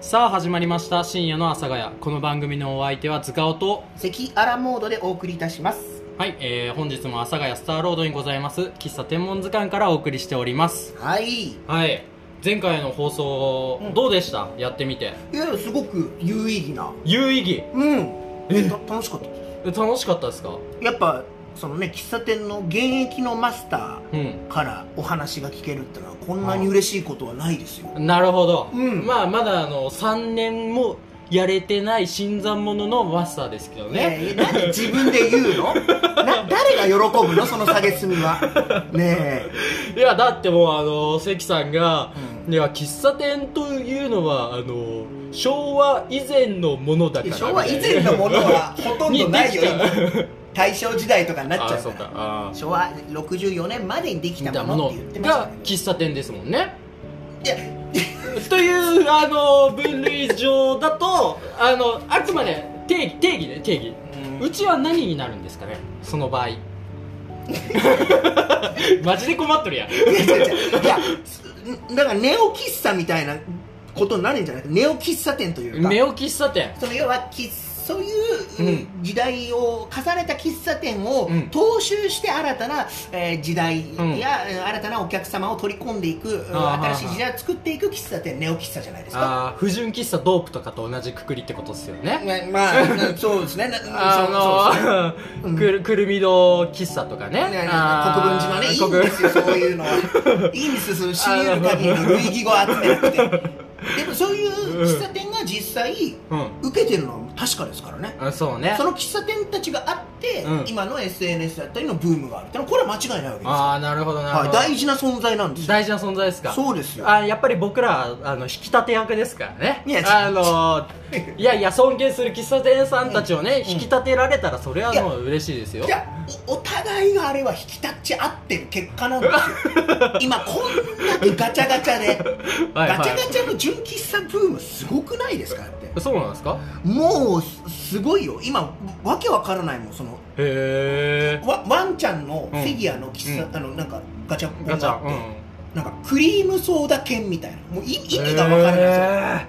さあ始まりました深夜の阿佐ヶ谷この番組のお相手は塚尾と関アラモードでお送りいたしますはい、えー、本日も阿佐ヶ谷スターロードにございます喫茶天文図鑑からお送りしておりますはいいはい前回の放送、うんどうでしたやってみてやいやすごく有意義な有意義うんえた楽しかったですえ楽しかったですかやっぱそのね喫茶店の現役のマスタうんーからお話が聞けるってのはこんなに嬉しいことはないですよなるほど、うんまあまだあの3年もやれてない新参者のマスターですけどねねえなんで自分で言う のな誰が喜ぶのその下げすみ はねいやだってもうあの関さんが、うんいや喫茶店というのはあの昭和以前のものだかえら昭和以前のものはほとんどないよにできた今大正時代とかになっちゃあうそうかからあ昭和64年までにでーき見たたももののって言ってましたがね喫茶店ですもんねいやというあの分類上だと あのあくまで定義定義ね定義うちは何になるんですかねその場合 マジで困っとるやんいや違う違ういやだからネオ喫茶みたいなことになるんじゃないネオ喫茶店というかネオ喫茶店その要は喫そういうう時代を重ねた喫茶店をうん踏襲して新たな、えー時代んや、えー新たなお客様を取り込んでいく、うんあー新しい時代を作っていく喫茶店ネオ喫茶じゃないですかあー不純喫茶ドープとかと同じくくりってことですよねままあそうですねなそうそうですねあのーうんくるくるみ堂喫茶とかねね国分あ寺のーねいいんですよそういうの はいいんですその知り得る限り類義語を集めなくてでもそういう喫茶店が実際国受けてるのは確かですからねうんあそうねその喫茶店たちがあって、うん今の SNS だったりのブームがあるってのはこれは間違いないわけですよ、ああなるほどなはるい、ほど大事な存在なんですよ大事な存在ですかそうですよあやっぱり僕らあの引き立て役ですからねいやあ のーいやいや尊敬する喫茶店さんたちをね、引き立てられたらそれはもう嬉しいですよいやおお互いがあれは引き立ち合ってる結果なんで すよ今こんだけガチャガチャではいはいガチャガチャの純喫茶ブームすごくないですかってそうなんですかもうすすごいよ今わけわからないもんそのへえわワンちゃんのフィギュアの喫茶、あのなんかガチャガ本チがあャって、なんかクリームソーダ犬みたいなもうい意味がわからないで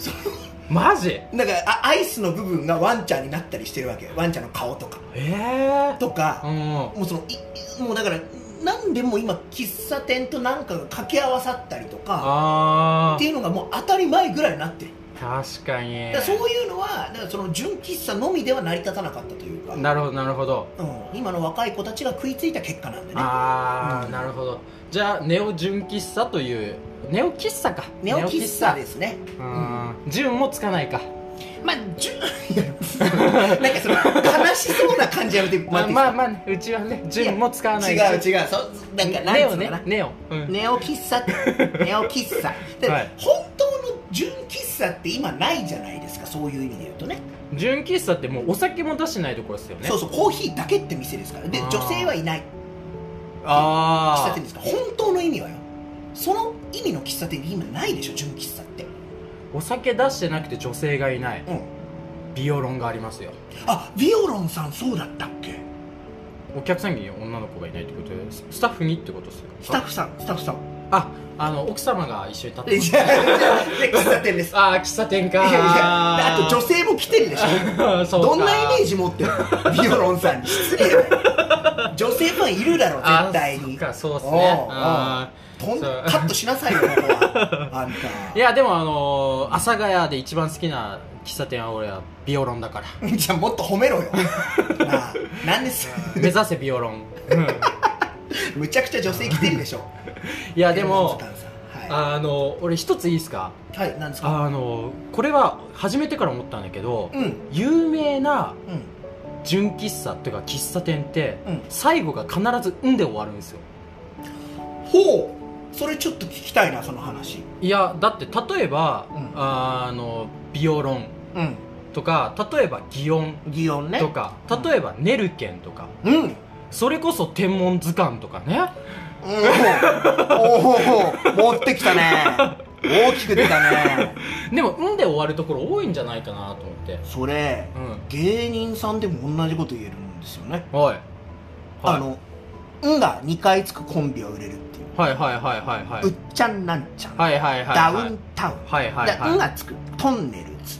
すよですよマジなんかあアイスの部分がワンちゃんになったりしてるわけよワンちゃんの顔とかええとうか、んもうそのいいもうだから何でも今喫茶店となんかが掛け合わさったりとかあっていうのがもう当たり前ぐらいになってるあ確かにだからそういうのはだからその純喫茶のみでは成り立たなかったというか、なるほどなるほどうん、今の若い子たちが食いついた結果なんでねああ、うんなるほどじゃあネオ純喫茶というネオ喫茶かネオ喫茶ですねネオ喫茶うん純もつかないかまあ 純なんかその悲しそうな感じやめてもまあらっていいですかまあまあねうちはね純も使わない違う違うそうなんかなんネつうオのかねなネオ、うんネオ喫茶ネオ喫茶で、はい本当の純喫茶って今ないじゃないですかそういう意味で言うとね純喫茶ってもうお酒も出してないところですよねそうそうコーヒーだけって店ですからであー女性はいない喫茶あ店ですから本当の意味はよその意味の喫茶店って今ないでしょ純喫茶ってあお酒出してなくて女性がいないうんビオロンがありますよあビオロンさんそうだったっけお客さんに女の子がいないってことでススタッフにってことですよスタッフさんスタッフ さんああの奥様が一緒に立ってでます喫茶店ですああ喫茶店かいやいやあと女性も来てるでしょ そうかどんなイメージ持ってるのビオロンさんに失礼だよ女性ファンいるだろあ絶対にそっかそうっすねおうおうあとんそうカットしなさいよここはあんーたいやでもあのー阿佐ヶ谷で一番好きな喫茶店は俺はビオロンだ からじゃあもっと褒めろよなあなん です目指せビオロンうんむちゃくちゃ女性来てるでしょいやでもビオロンさんはあの俺一ついいですかいはいなんですかあのこれは初めてから思ったんだけどうんうん有名な純喫茶っていうか喫茶店ってうん最後が必ず「ん」で終わるんですよほうそれちょっと聞きたいなその話いやだって例えば、うんあのビオロンうんとか例えば祇園擬音ねとか例えばネルケンとかうんうんそれこそ天文図鑑とかねおお持ってき たね大きく出たねでも「ん」で終わるところ多いんじゃないかなと思ってそれうん芸人さんでも同じこと言えるんですよね、おいはいあの「ん」が2回つくコンビは売れるっていう、はいはいはいはいはいうっちゃんなんちゃん、はいはいはいはいダウンタウン、はいはいだはいん」がつくトンネルズ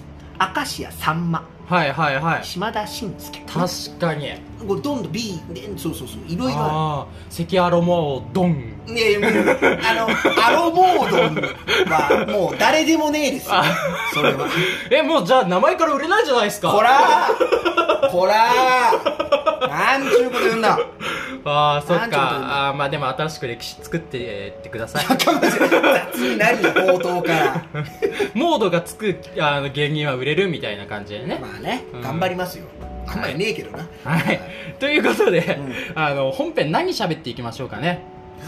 明石家さんまはいはいはい島田紳介確かにこれどんどん B でそうそうそういろいろあああ関アロモドンるいやいやもうあのアロモードンはもう誰でもねえですよそれはえもうじゃあ名前から売れないじゃないですかこらーこらーなんちゅうこと言うんだああそっなんちゅうこと言うんだかあーまあでも新しく歴史作ってってくだ さい雑になるよ冒頭からモードがつくあの芸人は売れるみたいな感じでねまあねうん頑張りますよ頑張りねえけどなはいということで、うあの本編何喋っていきましょうかね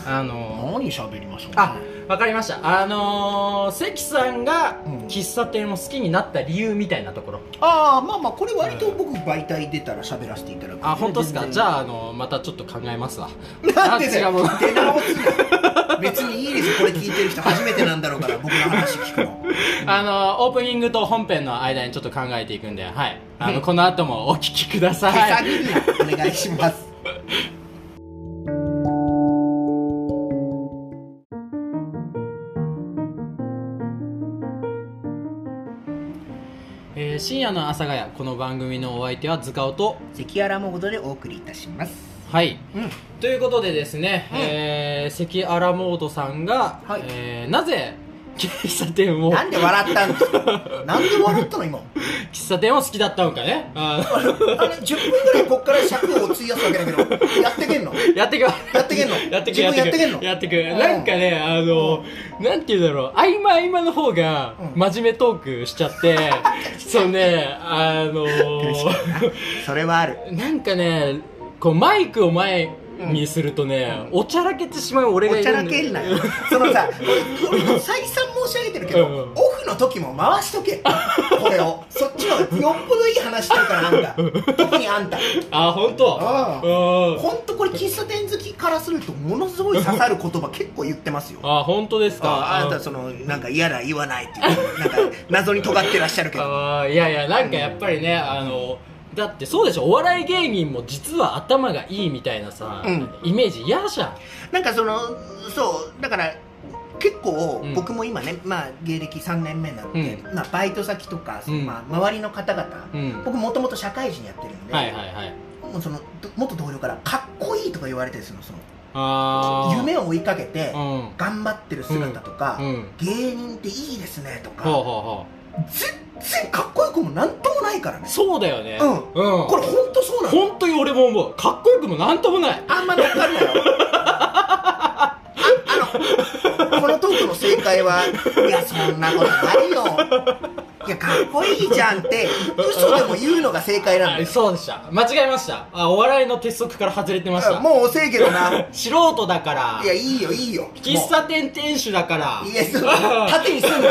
あの何喋りましょうあかねわかりましたあのー、関さんがうん喫茶店を好きになった理由みたいなところ、ああまあまあこれ割と僕媒体出たら喋らせていただくんであ本当ですか全然じゃあ、あのまたちょっと考えますわなんでだあ違うもよの出直すな別にいいですよこれ聞いてる人初めてなんだろうから僕の話聞く のあのオープニングと本編の間にちょっと考えていくんではいあうんのこの後もお聞きくだ手さい探りなお願いしますえー深夜の阿佐ヶ谷この番組のお相手は塚尾と関原モードでお送りいたしますはいうんということでですね、うんえー関アラモードさんが、はいえーなぜ 喫茶店をなんで笑ったんですかなんで笑ったの今喫茶店を好きだったのかねああれ10分ぐらいこっから尺を費やすわけだけどやってけんの ーやってくややってけんの やってく自分やってけんのやってくうんなんかねあの、なんて言うんだろう合間合間の方がうん真面目トークしちゃ って、そうねあの それはあるなんかねこうマイクを前にするとね、おちゃらけてしまう俺がおいちるゃんだらけんなよそのさこれこれ再三申し上げてるけど、うんうんオフの時も回しとけこれをそっちの方がよっぽどいい話してるからあんた特にあんたあ本当ああほんとこれ喫茶店好きからするとものすごい刺さる言葉結構言ってますよあ本当ですかああなたそのなんか嫌だ言わないっていうなんか謎に尖ってらっしゃるけどあーいやいやなんかやっぱりね、あのだってそうでしょお笑い芸人も実は頭がいいみたいなさ、うんイメージ嫌じゃんなんかそのそうだから結構うん僕も今ね、まあ芸歴3年目なんで、まあバイト先とか、うんまあ周りの方々、うん僕もともと社会人やってるんで、はいはいはいもうそのど元同僚からかっこいいとか言われてるんですよそのああ夢を追いかけてうんうん頑張ってる姿とか、ほう芸人っていいですねとほうか、ほ全然かっこよくもなんともないからうねそうだよねうんうんこれ本当そうなの本当に俺も思うかっこよくもなんともないあんま乗っかるなよああのこのトークの正解はいやそんなことないよいやかっこいいじゃんって嘘でも言うのが正解なんだあよそうでした間違えましたあお笑いの鉄則から外れてましたもう遅いけどな素人だからいやいいよいいよ喫茶店店主だからいや、その縦にすんな。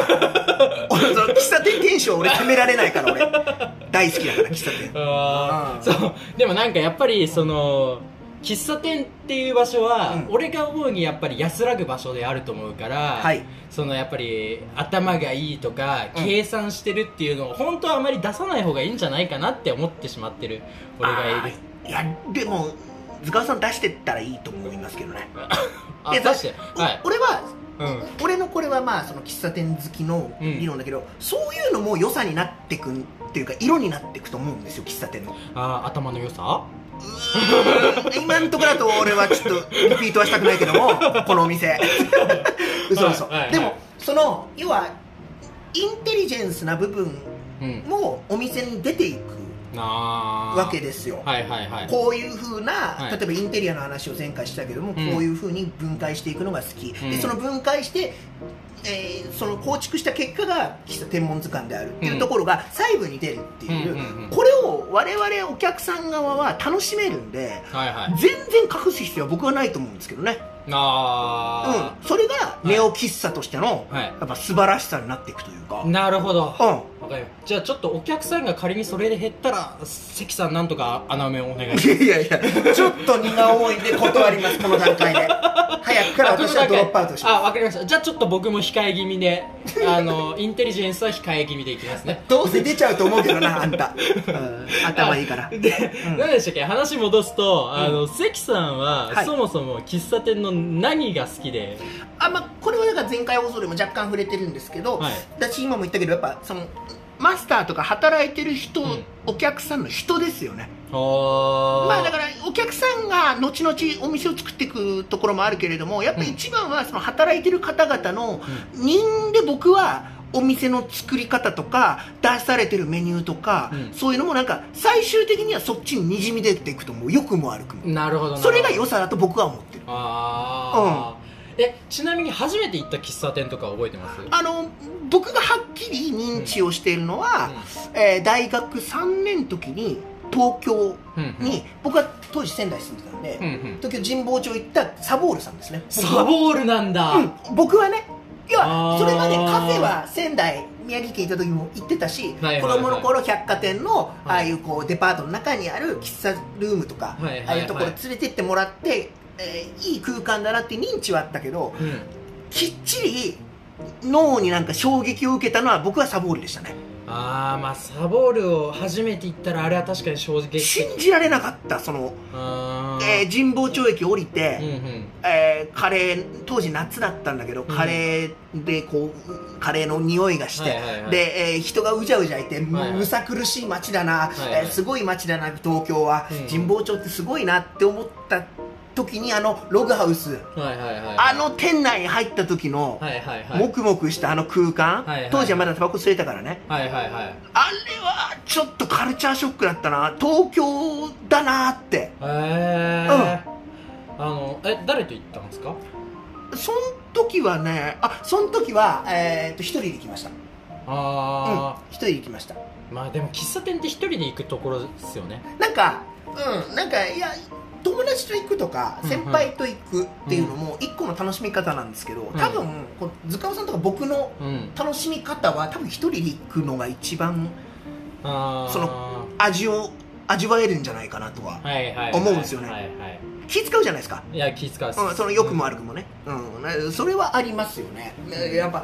俺、その喫茶店店主は俺決められないから、俺。大好きだから、喫茶店。あうんーそうでもなんかやっぱりその喫茶店っていう場所は、うん俺が思うにやっぱり安らぐ場所であると思うから、はいそのやっぱり頭がいいとか、うん計算してるっていうのを本当はあまり出さない方がいいんじゃないかなって思ってしまってる俺がいるあーいや、でも、塚尾さん出してったらいいと思いますけどね。あえ出してはいお俺は、うん俺のこれはまあ、その喫茶店好きの理論だけど、そういうのも良さになってくんっていうか、色になってくと思うんですよ、喫茶店の。 あー頭の良さ今のところだと俺はちょっとリピートはしたくないけど もこのお店嘘嘘、はいはいはいでもその要はインテリジェンスな部分うんもお店に出ていくあーわけですよはいはいはいこういう風な、はい例えばインテリアの話を前回したけども、こういう風に分解していくのが好き、うんでその分解して、えーその構築した結果が喫茶天文図鑑であるっていうところが細部に出るっていう、うんうんうんこれを我々お客さん側は楽しめるんで、はいはい全然隠す必要は僕はないと思うんですけどね、あうん、それがネオ喫茶としての、はいやっぱ素晴らしさになっていくというか、ーなるほどうん わかりましたじゃあちょっとお客さんが仮にそれで減ったら関さんなんとか穴埋めをお願いしますいやいやいやちょっと荷が重いんで断りますこの段階で早く から私はドロップアウトしあまわかりましたじゃあちょっと僕も控え気味 であのインテリジェンスは控え気味でいきますねすどうせ出ちゃうと思うけど なあんた、うん頭いいからで、うん何でしたっけ話戻すとあの、関さんは、はいそもそも喫茶店の何が好きであまあこれはだから前回放送でも若干触れてるんですけど、はい私今も言ったけどやっぱそのマスターとか働いてる人、うんお客さんの人ですよねあまあだからお客さんが後々お店を作っていくところもあるけれどもやっぱり一番はその働いてる方々の人で僕はお店の作り方とか出されてるメニューとか、うんそういうのもなんか最終的にはそっちににじみ出ていくともう良くも悪くもなるほどなるほどそれが良さだと僕は思ってるああ、えちなみに初めて行った喫茶店とか覚えてますあの僕がはっきり認知をしているのは、えー大学3年の時に東京うんうんに、僕は当時仙台に住んでたんで、うんうん東京神保町行ったサボールさんですねサボールなんだ、うん、僕はね要あはーそれまでカフェは仙台宮城県行った時も行ってたし、はいはいはい子供の頃百貨店のいああいうこうデパートの中にある喫茶ルームとか、はいはいはいああいうところ連れてってもらって、えーいい空間だなっていう認知はあったけどうんきっちり脳になんか衝撃を受けたのは僕はサボールでしたねああまあサボールを初めて行ったらあれは確かに正直信じられなかったその、あえー神保町駅降りて、うんうんえーカレー当時夏だったんだけど、カレーでこうカレーの匂いがして、はいはいはいで、えー人がうじゃうじゃいて、はいむさ苦しい街だな、はいはいえーすごい街だな東京は、うん神保町ってすごいなって思った時にあのログハウス、はいはいはいあの店内に入った時の、はいはいはいもくもくしたあの空間、はいはい当時はまだタバコ吸えたからねはいはいはいあれはちょっとカルチャーショックだったな東京だなってへえあのえ誰と行ったんですかその時はねあその時は、えー、と一人で行きましたああ、一人で行きましたまあでも喫茶店って一人で行くところですよねなんかうんなんかいや友達と行くとかうんうん先輩と行くっていうのも一個の楽しみ方なんですけど、ん多分こう塚尾さんとか僕のうん楽しみ方は多分一人で行くのが一番ああその味を味わえるんじゃないかなとははいはいはい思うんですよねはいはい気使うじゃないですか、いや気使うっすうん、その良くも悪くもね、うんな、それはありますよねねやっぱ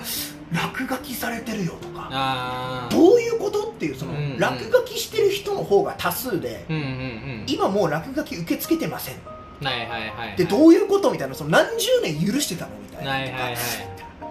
落書きされてるよとかああどういうことっていうそのうんうん落書きしてる人の方が多数でうんうんうん今もう落書き受け付けてませんはいはいはいはいでどういうことみたいなその何十年許してたのみたいなはいはいとか、はい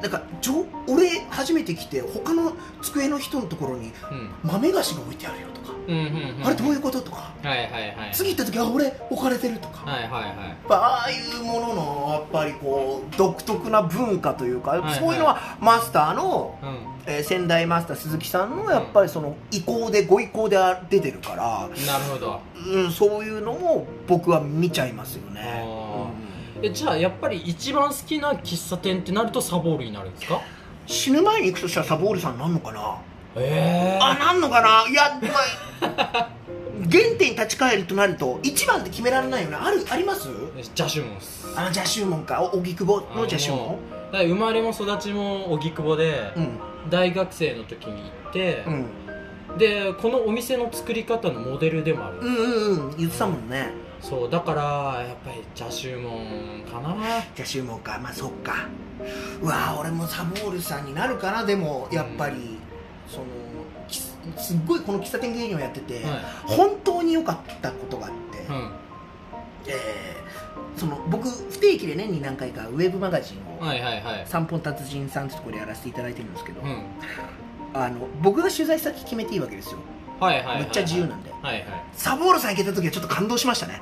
なんかじょ俺初めて来て他の机の人のところにうん豆菓子が置いてあるよとか、うんうんうんあれどういうこととかはいはいはい次行った時あ俺置かれてるとか、やはっいはいはいぱああいうもののやっぱりこう独特な文化というか、いはいそういうのはマスターの、うえー先代マスター鈴木さんのやっぱりその意向でご意向であ出てるから、んなるほどうん、そういうのも僕は見ちゃいますよね。あうんえじゃあやっぱり一番好きな喫茶店ってなるとサボールになるんですか死ぬ前に行くとしたらサボールさんなんのかなええあなんのかないや、まあ、原点に立ち返るとなると一番って決められないよねあるありますジャシュモンっすあのジャシュモンかお荻窪のジャシュモだから生まれも育ちも荻窪で、ンうん大学生の時に行ってう、んでこのお店の作り方のモデルでもある、うんうんうん言ってたもんねそうだからやっぱりジャシュモンかなジャシュモンかまあそっかうわ俺もサボールさんになるかなでもやっぱり、そのきすすっごいこの喫茶店芸人をやってて、は本当に良かったことがあって、い、うんえーその僕不定期で年に何回かウェブマガジンをはいはいはい三本達人さんってとこでやらせていただいてるんですけど、うんあの僕が取材先決めていいわけですよはいはいはいはいめっちゃ自由なんではいはいサボールさん行けた時はちょっと感動しましたね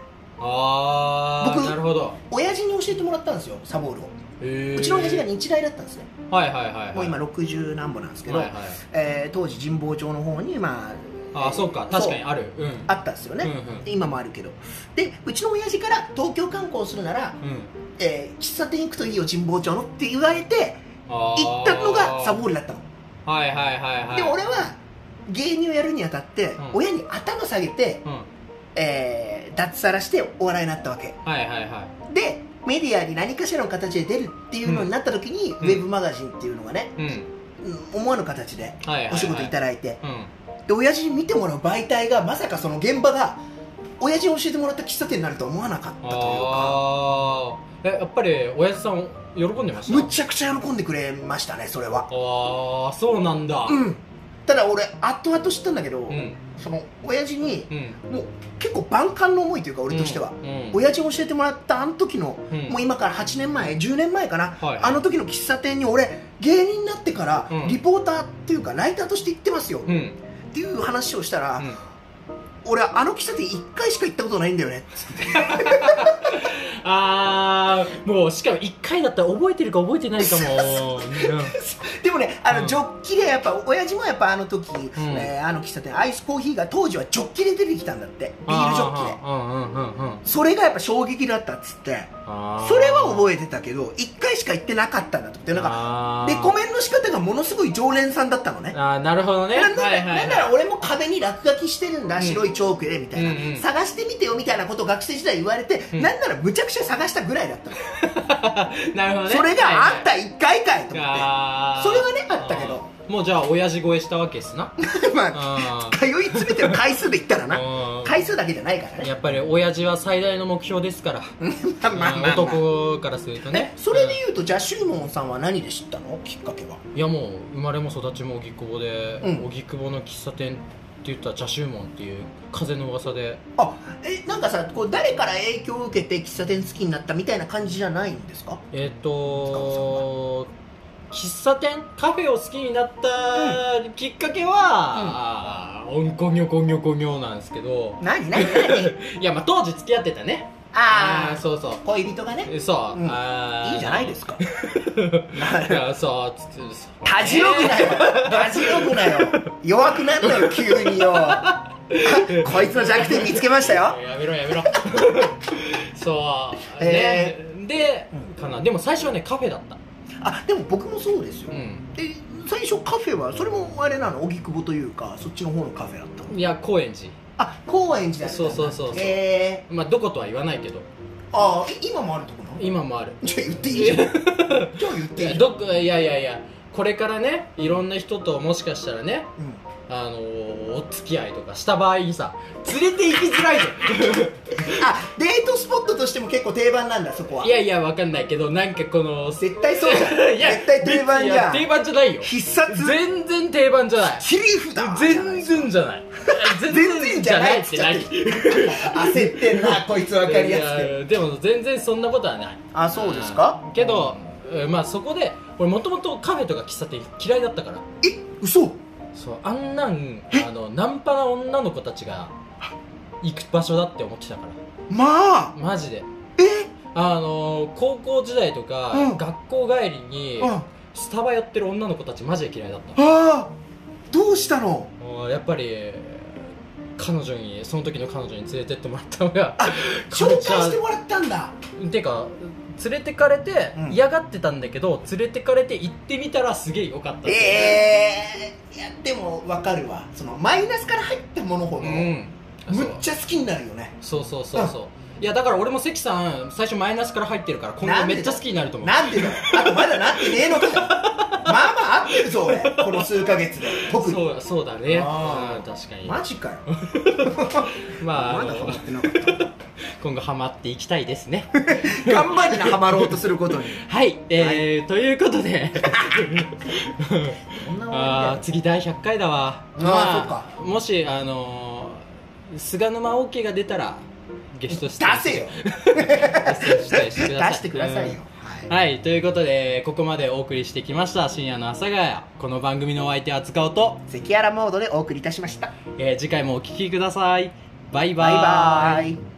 ああ僕なるほど親父に教えてもらったんですよサボールをううちの親父が日大だったんですねはいはいはいはいもう今60何歩なんですけど、はいはいえー当時神保町の方にまあああそうか確かにそうあるうんあったんですよね、うんうんで今もあるけどでうちの親父から東京観光するなら、うんえー喫茶店行くといいよ神保町のって言われてあー行ったのがサボールだったのはいはいはいはいでも俺は芸人をやるにあたって、うん親に頭下げて、うんえー脱サラしてお笑いになったわけはいはいはいでメディアに何かしらの形で出るっていうのになった時に、んウェブマガジンっていうのがね、うんうん思わぬ形ではいはいはいお仕事いただいて、うんで親父に見てもらう媒体がまさかその現場が親父に教えてもらった喫茶店になるとは思わなかったというかああやっぱり親父さん喜んでましたむちゃくちゃ喜んでくれましたねそれはああそうなんだうんただ俺後々知ったんだけど、うんその親父にうんもう結構万感の思いというか俺としては、うん親父に教えてもらったあの時の、うんもう今から8年前10年前かな、はいあの時の喫茶店に俺芸人になってからうんリポーターっていうかライターとして行ってますよ、うんうっんていう話をしたら、俺あの喫茶店1回しか行ったことないんだよねあーもうしかも1回だったら覚えてるか 覚えてないかも、でもねあの、うんジョッキでやっぱ親父もやっぱあの時、えーあの喫茶店アイスコーヒーが当時はジョッキで出てきたんだってビールジョッキでキでそれがやっぱ衝撃だったっつってそれは覚えてたけど1回しか行ってなかったんだってなんかかレコメンの仕方がものすごい常連さんだったのねあーなるほどねなんだはいはいはいなんなら俺も壁に落書きしてるんだ、うん白いチョークでみたいな、うんうん探してみてよみたいなことを学生時代言われて、うんなんならむちゃくちゃ探したぐらいだったの、なるほどねそれはいはがいあんた1回かいと思って、あーそれはねあったけどもうじゃあ親父超えしたわけっす なまあ通い詰めてる回数で言ったらなうん回数だけじゃないからうんねやっぱり親父は最大の目標ですから まあまあまあ、まあ、男からするとねえそれで言うとじゃあシューモンさんは何で知ったのきっかけはうんいやもう生まれも育ちも荻窪でうん荻窪の喫茶店って言ったら茶集門っていう風の噂であえなんかさこう誰から影響を受けて喫茶店好きになったみたいな感じじゃないんですかえっと喫茶店カフェを好きになったきっかけは、うん、おんこにょこにょこにょなんですけど何何何いやまあ当時付き合ってたねあー あそうそう恋人がねえそう、うんあーいいじゃないです かいやそうつつつたじろぐなよたじろぐなよ弱くなんだよ急によあ こいつの弱点見つけましたよ やめろやめろそう、えねで、うかなでも最初はねカフェだったあでも僕もそうですよ、うんえ最初カフェはそれもあれなの荻窪というかそっちの方のカフェだったのいや高円寺あ高円寺だったんだそうそうそうそうえまあどことは言わないけどー、ああ今もあるとこなのじゃ今もあるあ言っていいじゃんじゃあ言っていいじゃんどっかいやいやいやこれからねいろんな人ともしかしたらねうんあのー、お付き合いとかした場合にさ連れて行きづらいじあデートスポットとしても結構定番なんだそこゃは んいやいやわかんないけどなんかこの絶対そうじゃんいや絶対定番じゃんいや定番じゃないよ必殺全然定番じゃない切り札全然じゃない全然じゃないっつ全っ然ちゃって焦ってんなこいつ分かりやすいくてやでも全然そんなことはないあそうですかんけど、うんまあそこで俺もともとカフェとか喫茶店嫌いだったからえ嘘そうあんなんあのナンパな女の子たちが行く場所だって思ってたかまあらマジでえあの高校時代とか、うん学校帰りに、うんあスタバやってる女の子たちマジで嫌いだったあどうしたのもうやっぱり彼女にその時の彼女に連れてってもらったのが あ紹介しててもらったんだてか連れてかれてうん嫌がってたんだけど、連れてかれて行ってみたらすげえ良かったってええいやでも分かるわそのマイナスから入ったものほどうむんっちゃ好きになるよねそうそうそうそういやだから俺も関さん最初マイナスから入ってるから今な後んでめっちゃ好きになると思うなんでだよあとまだなってねえのかよまあまあ合ってるぞ俺この数ヶ月で特にそうそうだねあーうん確かにマジかよまああまだハのマってなかった今後ハマっていきたいです ね頑張りなハマろうとすることにはいえーということ でこんなあー終次第100回だわあそーもしあのー、菅沼 OK が出たらゲスト出わ演り出せよ出演してください出してくださいよ、うんはいはいということでここまでお送りしてきました深夜の阿佐ヶ谷この番組のお相手は塚尾と、関原モードでお送りいたしましたえー次回もお聴きくださいバイババイーバイ